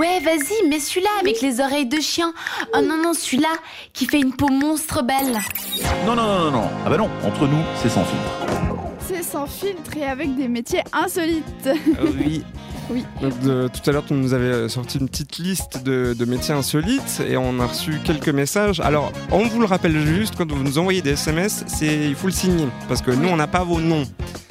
Ouais, vas-y, mais celui-là avec les oreilles de chien. Oh non, non, celui-là qui fait une peau monstre belle. Non, non, non, non, non. Ah bah non, entre nous, c'est sans filtre. C'est sans filtre et avec des métiers insolites. Oui. Oui. Donc, de- tout à l'heure, tu nous avais sorti une petite liste de, de métiers insolites et on a reçu quelques messages. Alors, on vous le rappelle juste, quand vous nous envoyez des SMS, c'est il faut le signer parce que nous, on n'a pas vos noms.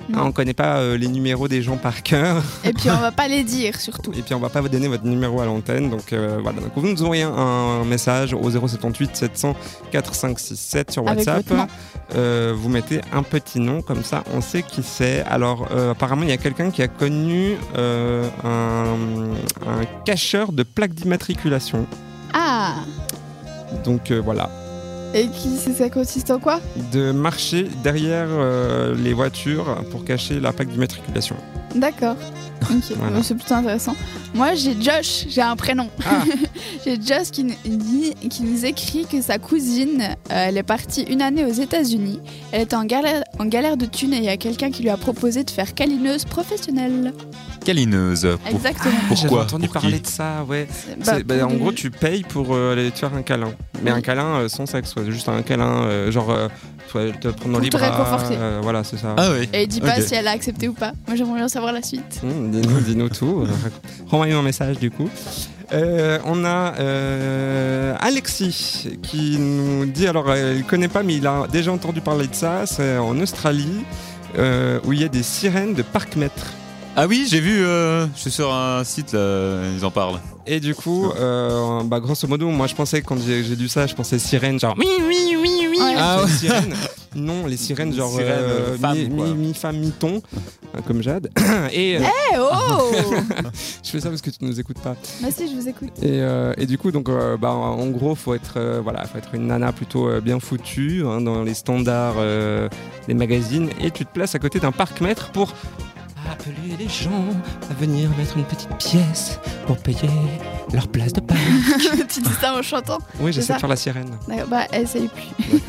Non. Hein, on connaît pas euh, les numéros des gens par cœur Et puis on va pas les dire surtout. et puis on va pas vous donner votre numéro à l'antenne. Donc euh, voilà, donc vous nous envoyez un, un message au 078 700 4567 sur Avec WhatsApp. votre nom. Euh, vous mettez un petit nom comme ça, on sait qui c'est. Alors euh, apparemment, il y a quelqu'un qui a connu euh, un, un cacheur de plaques d'immatriculation. Ah Donc euh, voilà, Et qui c'est ça consiste en quoi de marcher derrière euh, les voitures pour cacher la plaque d'immatriculation. D'accord. Ok, Voilà. bon, c'est plutôt intéressant. Moi j'ai Josh, j'ai un prénom. Ah. j'ai Josh qui, nous dit- qui nous écrit que sa cousine, euh, elle est partie une année aux États-Unis. Elle était en galère, en galère de thunes et il y a quelqu'un qui lui a proposé de faire câlineuse professionnelle. Câlineuse. Pour- Exactement. Pourquoi J'avais entendu Pour qui parler de ça, ouais. Ah. C'est- C'est- bah, bah, pour en des- gros, tu payes pour euh, aller te faire un câlin. Mais Oui. un câlin euh, sans sexe, ouais. juste un câlin, euh, genre euh, soit te prendre dans Pour les te bras. réconforter. euh, voilà, c'est ça. Ah oui. Et il dit pas Ok. si elle a accepté ou pas. Moi j'aimerais bien savoir la suite. Mmh, dis-nous, dis-nous tout. Renvoyez-nous un message du coup. Euh, on a euh, Alexis qui nous dit alors euh, il connaît pas mais il a déjà entendu parler de ça. C'est en Australie euh, où il y a des sirènes de parc mètre. Ah oui, j'ai vu, euh, je suis sur un site, là, ils en parlent. Et du coup, euh, bah, grosso modo, moi je pensais quand j'ai j'ai lu ça, je pensais sirène genre Ouais. Les sirènes. Ah Non, les sirènes genre Sirènes, euh, euh, femmes, mi- quoi. mi- mi-femme, mi-ton, euh, comme Jade. et euh, Eh oh je fais ça parce que tu nous écoutes pas. Bah si, je vous écoute. Et, euh, et du coup, donc, euh, bah, en gros, faut être, euh, voilà, faut être une nana plutôt euh, bien foutue hein, dans les standards euh, des magazines. Et tu te places à côté d'un parc-mètre pour appeler les gens à venir mettre une petite pièce pour payer leur place de parc. tu dis ça en chantant. Oui, C'est j'essaie ça. de faire la sirène. D'accord, Bah essaye plus.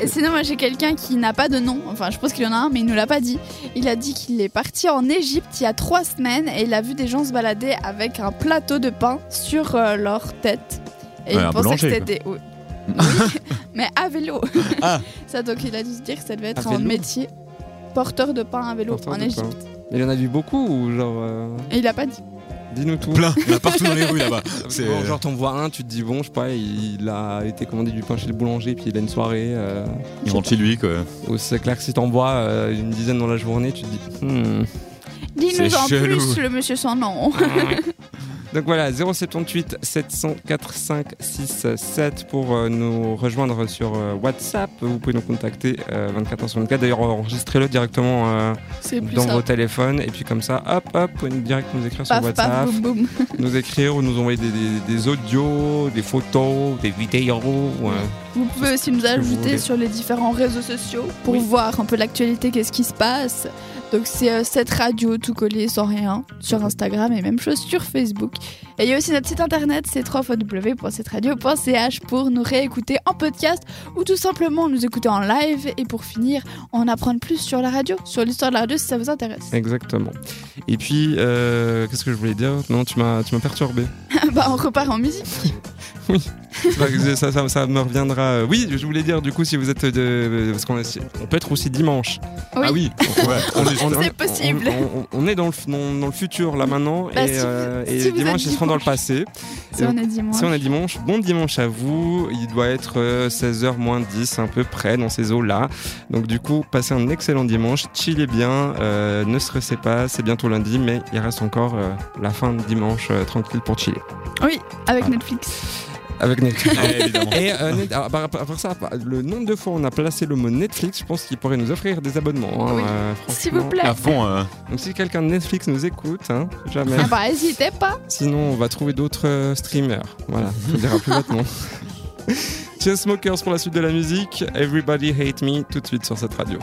Et Sinon, moi j'ai quelqu'un qui n'a pas de nom. Enfin, je pense qu'il en a un, mais il nous l'a pas dit. Il a dit qu'il est parti en Égypte il y a trois semaines et il a vu des gens se balader avec un plateau de pain sur euh, leur tête. Et Ouais, il un pensait que boulanger, c'était des. oui. Oui, mais à vélo. Ah. Ça, donc il a dû se dire que ça devait être À un vélo métier porteur de pain à vélo Porteur en de Égypte. pain. Mais Il y en a vu beaucoup ou genre. euh, Et il a pas dit. Dis-nous tout. Plein, il y en a partout dans les rues là-bas. C'est- euh, Bon, genre t'en vois un, tu te dis bon, je sais pas, il a été commandé du pain chez le boulanger, puis il a une soirée. euh, Ils rentrent chez lui, quoi. ou c'est clair que si t'en vois euh, une dizaine dans la journée, tu te dis hmm. Dis-nous C'est en chelou. plus, le monsieur sans nom. Donc voilà, 078 704 567 pour euh, nous rejoindre sur euh, WhatsApp. Vous pouvez nous contacter euh, 24 h sur 24. D'ailleurs, enregistrez-le directement euh, C'est plus dans ça. vos téléphones. Et puis comme ça, hop, hop, vous pouvez nous- direct nous écrire sur Paf, WhatsApp. paf, boum, boum. nous écrire ou nous envoyer des, des- des audios, des photos, des vidéos. ouais. Vous pouvez aussi nous que vous voulez. ajouter sur les différents réseaux sociaux pour Oui. voir un peu l'actualité, qu'est-ce qui se passe. Donc c'est euh, cette radio tout collé sans rien sur Instagram et même chose sur Facebook. Et il y a aussi notre site internet c'est www.cetteradio.ch pour nous réécouter en podcast ou tout simplement nous écouter en live et pour finir en apprendre plus sur la radio, sur l'histoire de la radio si ça vous intéresse. Exactement. Et puis, euh, qu'est-ce que je voulais dire Non, tu m'as tu m'as perturbé. bah on repart en musique. C'est pas que ça, ça, ça me reviendra. euh, Oui, je voulais dire, du coup, si vous êtes de. Parce qu'on est- on peut être aussi dimanche. Oui. Ah oui, ouais. On, C'est possible. On, on- on est dans le, f- dans, dans le futur là maintenant. Bah, et si vous- euh, si et vous êtes dimanche, ils seront dans le dimanche. passé. Si on est dimanche. Si on est dimanche, bon dimanche à vous. Il doit être 16h moins 10 à peu près dans ces eaux-là. Donc du coup, passez un excellent dimanche, chillez bien, euh, ne stressez pas, c'est bientôt lundi, mais il reste encore euh, la fin de dimanche euh, tranquille pour chiller. Oui, avec Ah. Netflix. Avec Netflix. Ouais, évidemment. Et euh, Net- alors, par, par- par ça, par- le nombre de fois où on a placé le mot Netflix, je pense qu'il pourrait nous offrir des abonnements. hein, Oui. euh, S'il franchement. vous plaît. À fond, euh, Donc si quelqu'un de Netflix nous écoute, hein, jamais. Ah bah n'hésitez pas. Sinon, on va trouver d'autres euh, streamers. Voilà, on dira plus maintenant. Chainsmokers pour la suite de la musique. Everybody Hate Me, tout de suite sur cette radio.